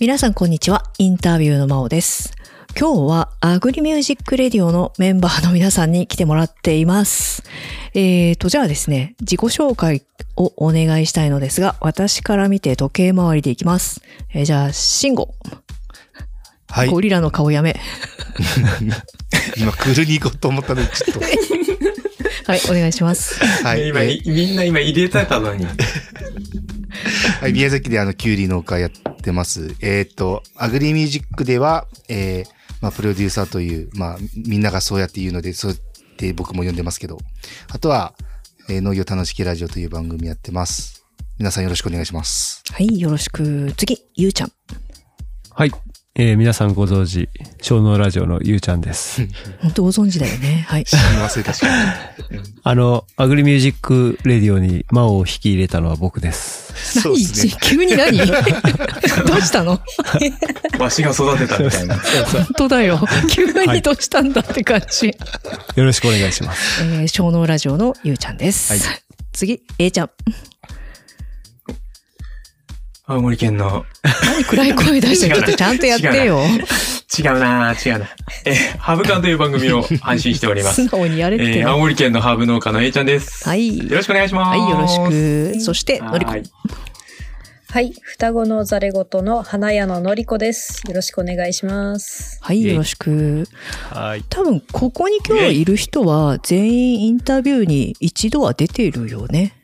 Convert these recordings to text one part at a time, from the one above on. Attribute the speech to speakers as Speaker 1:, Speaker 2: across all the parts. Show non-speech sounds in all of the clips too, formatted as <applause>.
Speaker 1: 皆さんこんにちは。インタビューのまおです。今日はアグリミュージックレディオのメンバーの皆さんに来てもらっています。えーと、じゃあですね、自己紹介をお願いしたいのですが、私から見て時計回りでいきます。えーじゃあ、シンゴ、
Speaker 2: はい。
Speaker 1: ゴリラの顔やめ。
Speaker 2: 今、クールに行こうと思ったので、ちょっと。
Speaker 1: <laughs> はい、お願いします。
Speaker 2: はい。
Speaker 3: 今、
Speaker 2: え
Speaker 3: いみんな今入れたたのに。
Speaker 2: ーはい、宮崎であの、キュウリ農家やってます。えっ、と、アグリミュージックでは、えー、まあ、プロデューサーという、まあ、みんながそうやって言うので、そうやって僕も呼んでますけど、あとは、えー農業楽しきラジオという番組やってます。皆さんよろしくお願いします。
Speaker 1: はい、よろしく。次、ゆうちゃん。
Speaker 4: はい。えー皆さんご存知、小脳ラジオのゆうちゃんです。
Speaker 1: 本当ご存知だよね。はい。
Speaker 2: 忘れたし。
Speaker 4: あの、アグリミュージックレディオに魔王を引き入れたのは僕です。
Speaker 2: <laughs> そうですね。
Speaker 1: 急に何 <laughs> どうしたの <laughs>
Speaker 3: わしが育てたみたいな。
Speaker 1: 本当だ
Speaker 2: <laughs>
Speaker 1: よ。急にどうしたんだって感じ。
Speaker 4: よろしくお願いします。
Speaker 1: えー、小脳ラジオのゆうちゃんです。
Speaker 4: は
Speaker 1: 次、A ちゃん。
Speaker 3: 青森県の。
Speaker 1: 何暗い声出してるちょ
Speaker 3: 違うな
Speaker 1: っとちゃんとやってよ。
Speaker 3: 違うなぁ、違うな。えー、ハーブ館という番組を配信しておりま
Speaker 1: 素 <laughs>
Speaker 3: す。
Speaker 1: 直にやれ
Speaker 3: え
Speaker 1: って
Speaker 3: ー、
Speaker 1: よ。
Speaker 3: 青森県のハーブ農家の A ちゃんです。
Speaker 1: は。い。
Speaker 3: よろしくお願いしま
Speaker 1: は
Speaker 3: す。
Speaker 1: い、よろし。く。そして、のりこ
Speaker 3: は。い。
Speaker 5: はい。双子のザレ言の花屋ののりこです。よろしくお願いします。
Speaker 1: はい、よろしく。
Speaker 4: はい。
Speaker 1: 多分、ここに今日いる人は、全員インタビューに一度は出ているよね。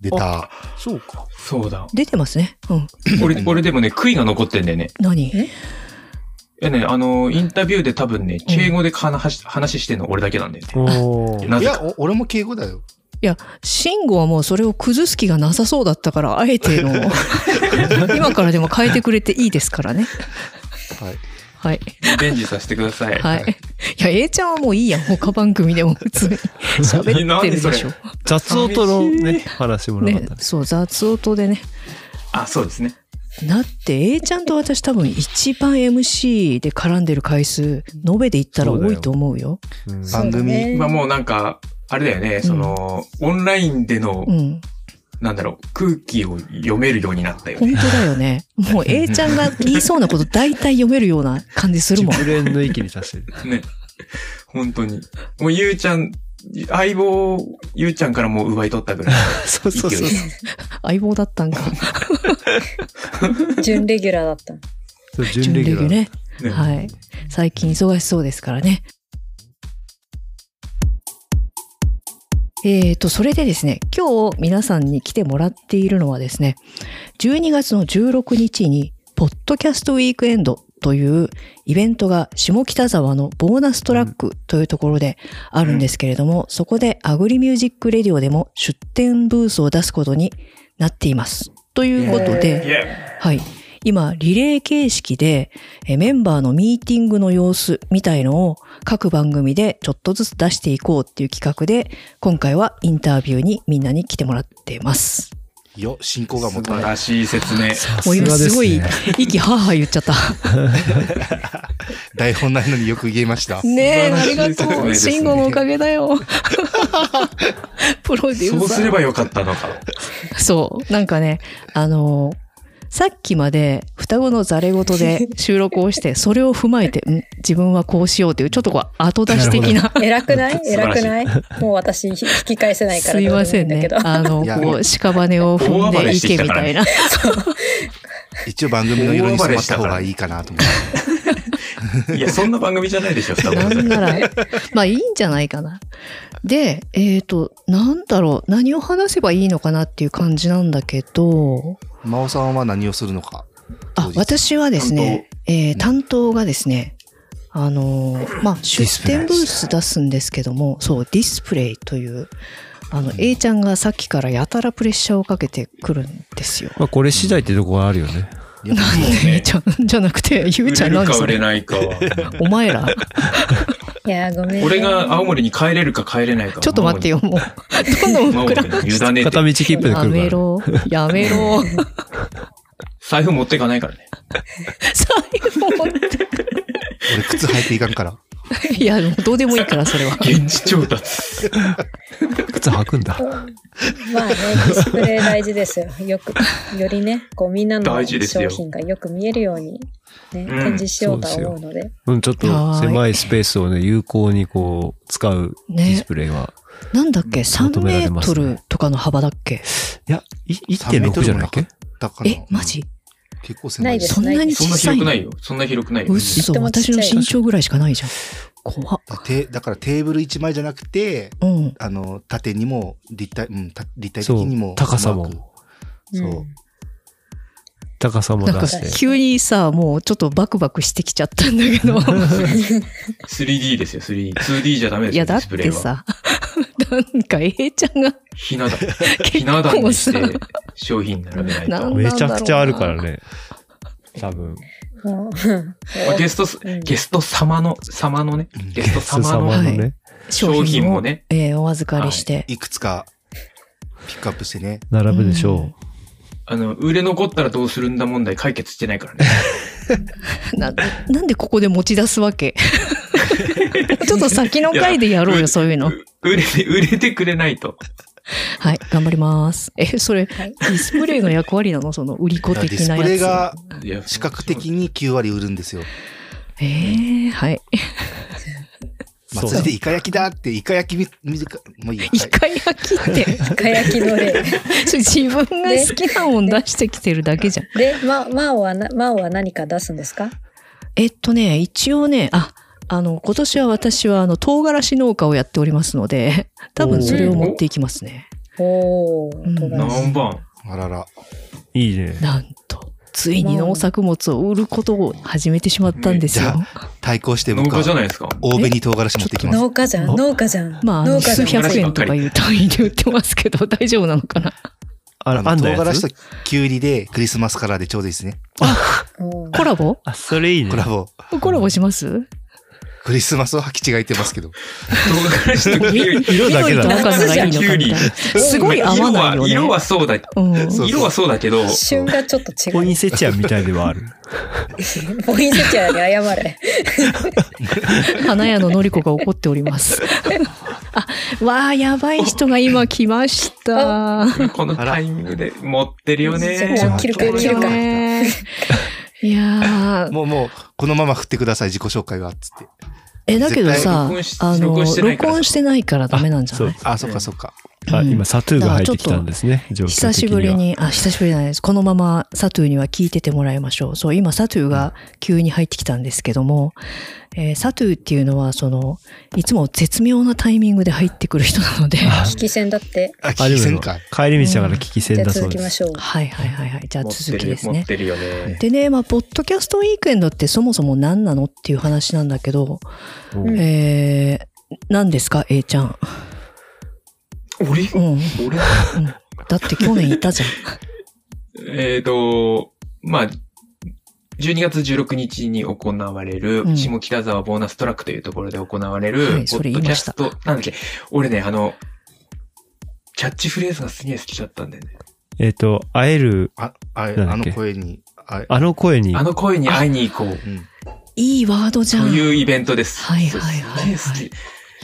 Speaker 2: 出た。
Speaker 4: そうか。
Speaker 3: そうだ。
Speaker 1: 出てますね。うん。 <laughs>
Speaker 3: 俺、俺でもね、悔いが残ってんだよね。
Speaker 1: 何
Speaker 3: いやね、あの、インタビューで多分ね、敬語で話し話してんの俺だけなんだよね。
Speaker 4: おー
Speaker 3: ないぜか。
Speaker 2: や、お俺も敬語だよ。
Speaker 1: いや、慎吾はもうそれを崩す気がなさそうだったから、あえての、今からでも変えてくれていいですからね。
Speaker 2: はい。
Speaker 1: はい。
Speaker 3: リベンジさせてください。
Speaker 1: はい。いや、A ちゃんはもういいやん。他番組でも普通に喋ってるでしょ。
Speaker 4: 雑音のね、話もなかっ
Speaker 1: ね
Speaker 4: <laughs> た、です。
Speaker 1: そう、雑音でね。
Speaker 3: あ、そうですね。
Speaker 1: だって A ちゃんと私多分一番 MC で絡んでる回数、延べで言ったら多いと思うよ。
Speaker 4: うん
Speaker 2: 番組
Speaker 3: 今もうなんか、あれだよね、その、オンラインでの
Speaker 1: う、ん。
Speaker 3: なんだろう、空気を読めるようになったよね。
Speaker 1: 本当だよね。もう A ちゃんが言いそうなこと大体読めるような感じす
Speaker 4: <laughs>
Speaker 1: るもん。
Speaker 4: 熟練の域に達してる。
Speaker 3: ね。本当に。もう、ゆうちゃん、相棒を、ゆうちゃんからもう奪い取ったぐらい。
Speaker 4: <laughs> そうそうそう。
Speaker 1: 相棒だったんか。
Speaker 5: 準レギュラーだった。
Speaker 4: そう
Speaker 1: 準
Speaker 4: 準
Speaker 1: レ
Speaker 4: レ
Speaker 1: ギ
Speaker 4: ギュラ
Speaker 1: ュ
Speaker 4: ー。
Speaker 1: ね。
Speaker 3: ね
Speaker 1: はい。最近忙しそうですからね。えーと、それでですね、今日皆さんに来てもらっているのはですね、12月の16日に、ポッドキャストウィークエンドというイベントが下北沢のボーナストラックというところであるんですけれども、そこでアグリミュージックレディオでも出展ブースを出すことになっています。ということで、
Speaker 3: いや、
Speaker 1: はい。今、リレー形式で、えメンバーのミーティングの様子みたいのを各番組でちょっとずつ出していこうっていう企画で、今回はインタビューにみんなに来てもらってます。
Speaker 2: よ、進行が
Speaker 3: 素
Speaker 2: 求
Speaker 3: 晴
Speaker 2: めら
Speaker 3: らしい説明。
Speaker 4: さ
Speaker 1: もう
Speaker 4: が
Speaker 1: 今
Speaker 4: です
Speaker 1: ごい
Speaker 4: ね。
Speaker 1: 息はぁはぁ言っちゃった。
Speaker 2: 台本ないのによく言えました。
Speaker 1: <laughs> ねえ、
Speaker 3: 素
Speaker 1: あり
Speaker 3: 晴らし
Speaker 1: が
Speaker 3: いですね
Speaker 1: とう。慎吾のおかげだよ。 <laughs> プロデューサー。
Speaker 3: そうすればよかったのか。
Speaker 1: そう。なんかね、あのーさっきまで双子のザレ言で収録をして、それを踏まえて、ん自分はこうしようという、ちょっとこう後出し的な。
Speaker 5: 偉くな
Speaker 3: <laughs>
Speaker 5: い
Speaker 3: 素晴ら
Speaker 5: 偉
Speaker 3: しい
Speaker 5: くないもう私ひ引き返せないから
Speaker 1: すい
Speaker 5: どう
Speaker 1: ま
Speaker 5: でもい
Speaker 1: せ
Speaker 5: い
Speaker 1: ん
Speaker 5: んだ
Speaker 1: ね
Speaker 5: けど。。
Speaker 1: あの、
Speaker 2: いや
Speaker 1: こう、屍を踏ん
Speaker 3: 大暴
Speaker 1: で
Speaker 3: れ
Speaker 1: い
Speaker 3: してき
Speaker 1: け
Speaker 3: た
Speaker 1: み
Speaker 3: から
Speaker 1: たい
Speaker 3: ね
Speaker 1: な。
Speaker 2: 一応番組の色に染まった方がいいかなと思って。
Speaker 3: いや、そんな番組じゃないでしょ、双子
Speaker 1: な
Speaker 3: の
Speaker 1: んなら、まあいいんじゃないかな。で、えっ、と、なんだろう、何を話せばいいのかなっていう感じなんだけど、
Speaker 2: 真央さんは何をするのか。
Speaker 1: あ、私はですね、えー担当がですね、あのーまあ、出店ブース出すんですけども、そう、ディスプレイという、あの、A ちゃんがさっきからやたらプレッシャーをかけてくるんですよ。
Speaker 4: まあこれ次第ってとこはあるよね。
Speaker 2: やっぱ
Speaker 1: なんで A <laughs> ちゃんじゃなくて、ゆうちゃ
Speaker 3: 売れ
Speaker 1: んなんで
Speaker 3: るか
Speaker 1: す
Speaker 3: 売れ
Speaker 1: か
Speaker 3: ないかは。
Speaker 1: お前ら。
Speaker 5: いやー、ごめん。
Speaker 3: 俺が青森に帰れるか帰れないか。
Speaker 1: ちょっと待ってよ、。もう。どんどん
Speaker 3: 真央
Speaker 1: 膨ら
Speaker 3: に委ねて
Speaker 4: 片。道切符で来
Speaker 1: やめ
Speaker 4: るから。
Speaker 1: ろ。やめ
Speaker 3: <laughs>
Speaker 1: ろ。
Speaker 3: 財布持っていかないからね。
Speaker 1: 財布持って。
Speaker 4: <laughs>
Speaker 2: 俺靴履いていかんから。
Speaker 1: いや、もうどうでもいいから、それは。
Speaker 3: 現地調
Speaker 1: <laughs>
Speaker 3: 達。
Speaker 4: 靴履くんだ。
Speaker 5: まあね、ディスプレイ大事ですよ。よく、よりね、こうみんなの
Speaker 3: 大事です
Speaker 5: 商
Speaker 3: よ
Speaker 5: 品がよく見えるように、ね、
Speaker 3: ん
Speaker 5: 展示しようとは思うので。
Speaker 4: うん、ちょっと狭いスペースをね、有効にこう、使うディス
Speaker 3: <laughs>
Speaker 1: ね。
Speaker 4: プレイは。
Speaker 1: なんだっけ、3
Speaker 4: 求めら
Speaker 1: メ
Speaker 4: れま
Speaker 1: ー
Speaker 4: す
Speaker 1: ト
Speaker 4: ね
Speaker 1: ルとかの幅だっけ
Speaker 4: いや、い
Speaker 2: 3メート
Speaker 4: 1.6
Speaker 2: ル
Speaker 4: じゃないっけ
Speaker 2: だから。
Speaker 1: え、マジ
Speaker 2: 結構狭い
Speaker 5: ないです
Speaker 1: そんなに
Speaker 3: そん
Speaker 1: 小
Speaker 3: な
Speaker 1: さ
Speaker 3: 広
Speaker 1: い
Speaker 3: く
Speaker 1: の
Speaker 3: ないよ。そんな広くないよ。
Speaker 1: 嘘
Speaker 5: ともちっ
Speaker 1: 私
Speaker 5: ちゃい
Speaker 1: の身長ぐらいしかないじゃん。怖っ。
Speaker 2: だてだからテーブル1枚じゃなくて、
Speaker 1: うん。
Speaker 2: あの、縦にも立体、うん、た立体的
Speaker 4: そう
Speaker 2: にも。
Speaker 4: 高さ
Speaker 2: うまく
Speaker 4: も、
Speaker 2: そう。
Speaker 4: 高さも
Speaker 1: なん
Speaker 4: 出
Speaker 1: か
Speaker 4: して。
Speaker 1: 急にさ、もうちょっとバクバクしてきちゃったんだけ
Speaker 3: <laughs>
Speaker 1: ど。
Speaker 3: 3D ですよ、3D。2D じゃダメです
Speaker 1: い
Speaker 3: よ、
Speaker 1: や、
Speaker 3: デ
Speaker 1: だ
Speaker 3: ィ
Speaker 1: っ
Speaker 3: スプレイ
Speaker 1: て
Speaker 3: は。
Speaker 1: さ、 <laughs> なんか A ちゃんが
Speaker 3: ひな壇。
Speaker 1: 結
Speaker 3: ひな壇
Speaker 1: 構
Speaker 3: にし
Speaker 1: さ、
Speaker 3: て商品並べない
Speaker 1: な
Speaker 3: と。
Speaker 1: ん
Speaker 4: めちゃくちゃあるか
Speaker 1: <laughs>
Speaker 4: らね。多分。
Speaker 5: もう
Speaker 3: まあゲストす、
Speaker 5: うん
Speaker 3: ゲスト様の、様のね
Speaker 2: うん、
Speaker 3: ゲスト
Speaker 4: ス
Speaker 3: 様
Speaker 4: 様
Speaker 3: の
Speaker 4: の
Speaker 1: は
Speaker 4: ね、
Speaker 3: 商品もね、
Speaker 1: えーお預かりして。
Speaker 2: いくつかピックアップしてね。
Speaker 4: 並ぶでしょ
Speaker 3: あの、売れ残ったらどうするんだ問題解決してないからね。
Speaker 1: な、なんでここで持ち出すわ
Speaker 2: <laughs>
Speaker 1: けちょっと先の回でやろうよ、そういうの。
Speaker 3: う売れて、売れてくれないと。
Speaker 1: はい、頑張ります。え、それ、デ
Speaker 5: はい
Speaker 1: ィスプレイの役割な
Speaker 2: <laughs>
Speaker 1: のその売り子
Speaker 2: だから
Speaker 1: 的
Speaker 2: ディス
Speaker 1: な
Speaker 2: プレイ
Speaker 1: や
Speaker 2: が
Speaker 3: いや
Speaker 2: 視覚的に9割売るんですよ。
Speaker 1: つ。えー、はい。
Speaker 4: う。そう
Speaker 2: 祭りでイカ焼きだって、イカ焼きみ、みずか、もういいや。
Speaker 1: イ
Speaker 2: はい
Speaker 1: カ焼き
Speaker 2: <laughs>
Speaker 1: って、
Speaker 5: かやきの例。
Speaker 1: それ自分が好きなもん出してきてるだけじゃん。
Speaker 5: で、ま、まおはな、まおは何か出すんですか
Speaker 1: えっとね、一応ね、あ、あの、今年は私は、あの、唐辛子農家をやっておりますので、多分それを持っていきますね。
Speaker 5: おー、
Speaker 1: うん
Speaker 5: 唐辛子
Speaker 3: 何番
Speaker 2: あらら。
Speaker 4: いいね。
Speaker 1: なんと、ついに農作物を売ることを始めてしまったんです
Speaker 2: じ
Speaker 1: よ
Speaker 2: ゃ。対抗して
Speaker 3: 農
Speaker 2: 僕
Speaker 3: 家じゃ
Speaker 2: は、
Speaker 3: ないですか。
Speaker 2: 欧米に唐辛子持ってきます。
Speaker 5: 農家じゃん、
Speaker 4: あ
Speaker 5: 農家じゃん。
Speaker 1: まああ
Speaker 5: 農
Speaker 1: の、
Speaker 5: 家じ
Speaker 1: 数
Speaker 5: ゃん。
Speaker 1: 百円とかいう単位で売ってますけど、 <laughs> 大丈夫なのかな
Speaker 4: あら、
Speaker 2: の
Speaker 4: あん
Speaker 2: 唐
Speaker 4: だや
Speaker 2: 辛
Speaker 4: つ
Speaker 2: 子とキュウリでクリスマスカラーでちょうどいいですね。
Speaker 5: うん
Speaker 1: コラボ
Speaker 4: あ、それいいね。
Speaker 2: コラボ。
Speaker 1: コラボします
Speaker 2: クリスマスを履き違えてますけ
Speaker 4: <laughs>
Speaker 2: ど。
Speaker 3: 唐辛子とキュウリ。
Speaker 4: 色だけ
Speaker 1: 緑
Speaker 4: だ
Speaker 1: と
Speaker 4: ね。
Speaker 1: 赤のがいいのかみたいな。すごい合わないよね。
Speaker 3: 色は、色はそうだ、
Speaker 1: うん
Speaker 2: そう
Speaker 3: 色はそうだけど、
Speaker 5: 旬がちょっと違
Speaker 4: ポイ
Speaker 5: う。
Speaker 4: ンセチアみたいではある。
Speaker 5: ポインセチアに謝れ。
Speaker 1: 花屋ののりこが怒っております。あ、わあ、やばい人が今来ました。
Speaker 3: このタイミングで持ってるよね。
Speaker 5: じゃあ切るか切るか
Speaker 1: ねいやー
Speaker 2: もうもう、このまま振ってください、自己紹介は、つって。
Speaker 1: え、だけどさ、
Speaker 3: 絶対録音し
Speaker 1: あの、
Speaker 3: 録音してないから
Speaker 1: 録音してないからダメなんじゃない
Speaker 2: あ、そっかそっか。
Speaker 4: あ、
Speaker 1: うん
Speaker 4: 今、サトゥーが入ってきたんですね。状況的には
Speaker 1: 久しぶり。に、あ、久しぶりじゃないです。このままサトゥーには聞いててもらいましょう。そう、今サトゥーが急に入ってきたんですけども、えーサトゥーっていうのは、その、いつも絶妙なタイミングで入ってくる人なので、は
Speaker 4: あ
Speaker 5: 危機戦だって。
Speaker 2: あ、
Speaker 4: あ、
Speaker 2: 聞
Speaker 4: で
Speaker 2: きせん
Speaker 4: も
Speaker 2: か。、
Speaker 4: 帰り道だから聞き
Speaker 5: じ
Speaker 4: 戦
Speaker 5: ゃあ
Speaker 4: だそ
Speaker 5: 続
Speaker 4: う
Speaker 5: き
Speaker 4: で。
Speaker 5: ますしょう。
Speaker 1: い <laughs> はいはいはい。じゃあ
Speaker 3: 持っ
Speaker 1: 続
Speaker 3: て
Speaker 1: き
Speaker 3: る
Speaker 1: です
Speaker 3: 持
Speaker 1: ね
Speaker 3: っ。てるよね。
Speaker 1: でね、まあ、ポッドキャストウィークエンドってそもそも何なのっていう話なんだけど、
Speaker 5: うん
Speaker 1: えー、何ですか、A ちゃん。
Speaker 3: 俺
Speaker 1: うん。
Speaker 3: 俺
Speaker 1: だって去年いた
Speaker 3: <laughs>
Speaker 1: じゃん。
Speaker 3: えっ、と、まあ、12月16日に行われる
Speaker 1: う、ん
Speaker 3: 下北沢ボーナストラックというところで行われる、
Speaker 1: はい
Speaker 3: ポ
Speaker 1: それ
Speaker 3: ッ
Speaker 1: 言
Speaker 3: ド
Speaker 1: い
Speaker 3: キャ
Speaker 1: ました
Speaker 3: スト、なんだっけ、俺ね、あの、キャッチフレーズがすげえ好きだったんだよね。
Speaker 4: えっと、会える、
Speaker 2: あ、あ
Speaker 4: んだ
Speaker 2: あ
Speaker 4: っけ
Speaker 2: の声に、あ、
Speaker 4: あの声に
Speaker 3: あ、の声に会いに行こう
Speaker 2: うん。
Speaker 1: いいワードじ
Speaker 3: と
Speaker 1: ゃん。
Speaker 3: いうイベントです。
Speaker 1: はいはいはいはい
Speaker 3: すげえ好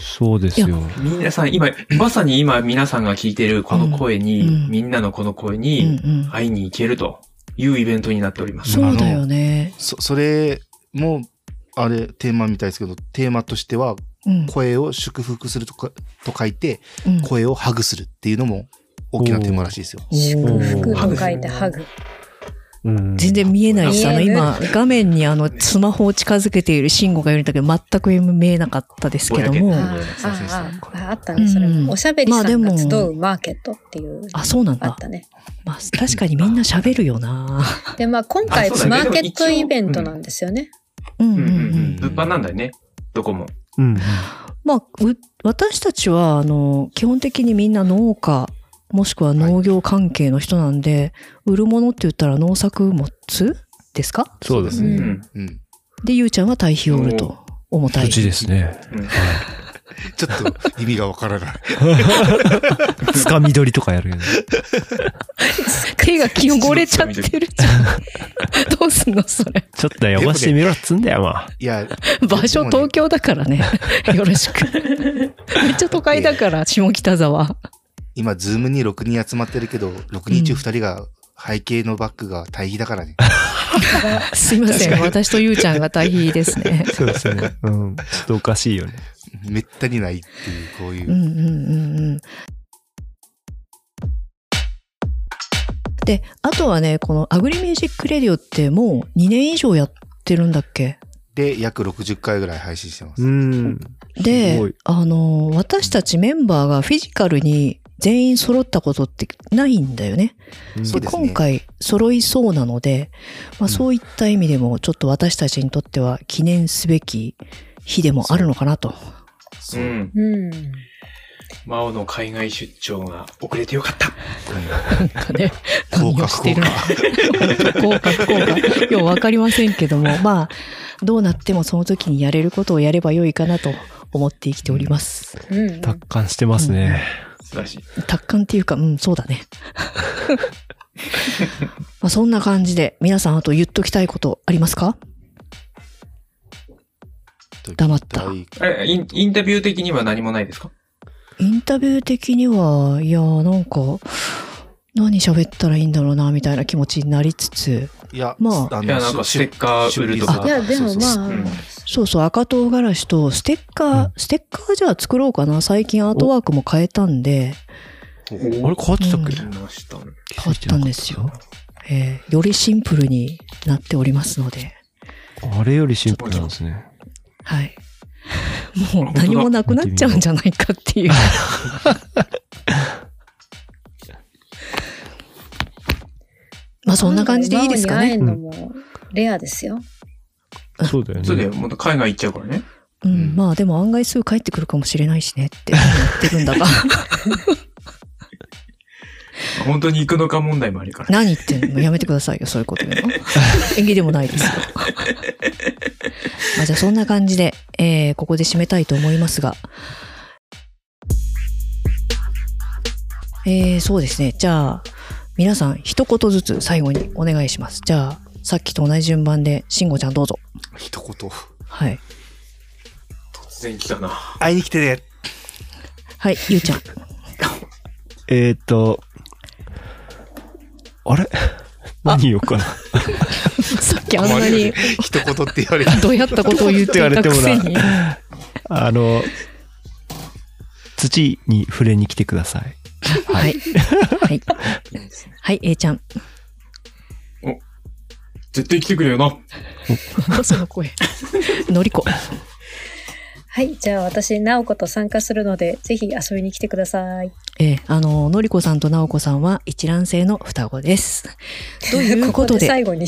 Speaker 4: そうですよ。
Speaker 3: き。皆さん、今、まさに今皆さんが聞いてるこの声に、
Speaker 1: うんうん
Speaker 3: みんなのこの声
Speaker 1: うん
Speaker 3: に
Speaker 1: うん。
Speaker 3: 会いに行けるというイベントになっております。
Speaker 1: そうだよね。
Speaker 2: そ、それも、あれ、テーマみたいですけど、テーマとしては、
Speaker 1: うん。
Speaker 2: 声を祝福するとか、と書いて、
Speaker 1: うん
Speaker 2: 声をハグするっていうのも大きなテーマらしいですよ。
Speaker 5: 祝福
Speaker 4: ハ
Speaker 5: と
Speaker 3: グ
Speaker 5: 書いてハグ。
Speaker 4: うん
Speaker 1: 全然見えないし、あの、
Speaker 5: 見える
Speaker 1: 今、画面にあの、スマホを近づけている慎吾がいるんだけど、全く見えなかったですけど
Speaker 3: ぼ
Speaker 1: も
Speaker 3: や
Speaker 5: あ
Speaker 3: けて。る
Speaker 5: ー
Speaker 2: そうそうそう
Speaker 5: あー、あーあったね、それ
Speaker 1: うん
Speaker 5: も。おしゃべり
Speaker 1: まあ
Speaker 5: さんが
Speaker 1: で
Speaker 5: 集
Speaker 1: も
Speaker 5: うマーケットっていう。
Speaker 1: あ、そうなん
Speaker 5: あっ
Speaker 1: だ。
Speaker 5: たね。
Speaker 1: まあ、確かにみんな喋るよな。
Speaker 5: で、まあ今回
Speaker 3: あそうだね
Speaker 5: マーケットイベントなんですよね。
Speaker 1: うん
Speaker 3: う
Speaker 1: うんん
Speaker 3: う
Speaker 1: うんん
Speaker 3: うん。物販なんだよね。どこも。
Speaker 4: うん。
Speaker 1: まあ、う私たちは、あの、基本的にみんな農家、もしくは農業関係の人なんで、売るものって言ったら農作物ですか
Speaker 4: そうです
Speaker 5: う
Speaker 4: ね。
Speaker 5: ん
Speaker 3: うん。
Speaker 2: うん。
Speaker 1: で、ゆうちゃんは堆肥を売ると。重た <laughs>
Speaker 4: 土
Speaker 1: い。
Speaker 4: 地ですね。
Speaker 3: うん
Speaker 2: ちょっと意味がわから
Speaker 4: <laughs>
Speaker 2: ない。
Speaker 4: つかみ取りとかやるよね。
Speaker 1: 手が汚れちゃってるじゃ <laughs> ん。どうすんのそれ。
Speaker 4: ちょっと汚してみろっつんだよ、まあ。
Speaker 2: いや、
Speaker 1: <laughs> 場所
Speaker 2: 僕
Speaker 1: 東
Speaker 2: もね
Speaker 1: 京だから <laughs> ね。よろ <laughs> しく。めっちゃ都会だから、下北沢。
Speaker 2: 今、ズームに6人集まってるけど、6人中2人が背景のバックが対比だからね。
Speaker 1: すいません。私とゆうちゃんが対比ですね。
Speaker 4: そうですね。うん。ちょっとおかしいよね。
Speaker 2: めったにないっていう、こういうう。
Speaker 1: ん <laughs> うんうんうん。で、あとはね、このアグリミュージックレディオってもう2年以上やってるんだっけ
Speaker 2: で、約60回ぐらい配信してます。
Speaker 4: ん。すご
Speaker 1: で
Speaker 4: い、
Speaker 1: あの、私たちメンバーがフィジカルに全員揃ったことってないんだよね。
Speaker 2: そうですね
Speaker 1: 今回揃いそうなので、まあ、そういった意味でもちょっと私たちにとっては記念すべき日でもあるのかなと。
Speaker 2: そうう。
Speaker 3: ん。
Speaker 5: うん。
Speaker 3: 真央の海外出張が遅れてよかった。
Speaker 1: なんか
Speaker 2: <laughs>
Speaker 1: ね、
Speaker 2: 効
Speaker 1: 何
Speaker 2: 果
Speaker 1: をしてるの
Speaker 2: 効
Speaker 1: か。効果不効果。ようわかりませんけども、まあ、どうなってもその時にやれることをやればよいかなと思って生きております。
Speaker 5: うんうん。
Speaker 4: 達観してますね。
Speaker 3: 素晴らしい。
Speaker 1: 達観っていうか、うん、そうだ
Speaker 2: <laughs>
Speaker 1: ね。まあそんな感じで、皆さんあと言っときたいことありますか黙った
Speaker 2: と言い
Speaker 3: え、インインタビュー的には何もないですか
Speaker 1: インタビュー的には、いやーなんか、何喋ったらいいんだろうな、みたいな気持ちになりつつ、
Speaker 2: いや、
Speaker 1: まあ
Speaker 2: の
Speaker 3: いやなんかステッカー
Speaker 2: 出
Speaker 3: 売ると
Speaker 2: 出
Speaker 3: か
Speaker 5: いや、で
Speaker 2: そ
Speaker 5: も
Speaker 2: うそうそう
Speaker 5: まあ
Speaker 3: うん、
Speaker 1: そうそう、赤唐辛子とステッカー、
Speaker 4: うん
Speaker 1: ステッカーじゃあ作ろうかな。最近アートワークも変えたんで、
Speaker 3: お
Speaker 4: あれ変わってたっけ
Speaker 1: う
Speaker 3: 見ましたね。
Speaker 1: 変わったんですよ。えーよりシンプルになっておりますので、
Speaker 4: あれよりシンプルなんですね。 <laughs>
Speaker 1: はい。もう何もなくなっちゃうんじゃないかっていう。 <laughs> まあそんな感じでいいですかね。
Speaker 5: なんかねマオに会えるのもレアですよ。
Speaker 4: そうだよ
Speaker 3: そうだよ、
Speaker 4: ね。
Speaker 3: また海外行っちゃうからね。
Speaker 1: う
Speaker 2: うん
Speaker 1: ん、まあでも案外すぐ帰ってくるかもしれないしねって言ってるんだ <laughs> が。
Speaker 3: 本当に行くのか問題もあるから。
Speaker 1: 何言ってんのやめてくださいよ、そういうこと言う <laughs> の。演技でもないですよ。まあじゃあそんな感じで、えーここで締めたいと思いますが。えーそうですね。じゃあ、皆さん一言ずつ最後にお願いします。じゃあ、さっきと同じ順番で、しんごちゃんどうぞ。
Speaker 2: 一言。
Speaker 1: はい。
Speaker 3: 突然来たな。
Speaker 2: 会いに来てね。
Speaker 1: はい、ゆうちゃ <laughs> ん。
Speaker 4: えーっと、あれ何言おうかな。
Speaker 1: さっきあんなに、
Speaker 2: <laughs> 一言って言われて。
Speaker 1: どうやったことを言っていたくせに。
Speaker 4: あの、土に触れに来てください。
Speaker 1: はい。はい。はい、えいちゃん。
Speaker 3: 絶対来てくれよな。
Speaker 1: なんだ <laughs> その声。のりこ。
Speaker 5: はい。じゃあ私、ナオコと参加するので、ぜひ遊びに来てください。
Speaker 1: えーあの、のりこさんとなおこさんは一卵性の双子です。ということ
Speaker 5: こ
Speaker 1: で、
Speaker 5: 最後に。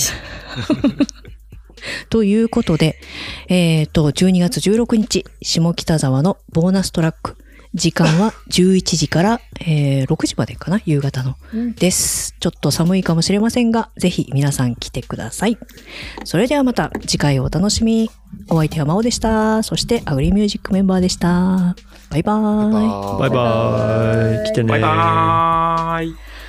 Speaker 1: ということで、えっ、と、12月16日、下北沢のボーナストラック。時間は11時から、えー6時までかな夕方の。
Speaker 5: うん
Speaker 1: です。ちょっと寒いかもしれませんが、ぜひ皆さん来てください。それではまた次回をお楽しみに。お相手はまおでした。そして、アグリミュージックメンバーでした。バイバーイ。
Speaker 4: バイバーイ。来てね。
Speaker 3: バイバーイ。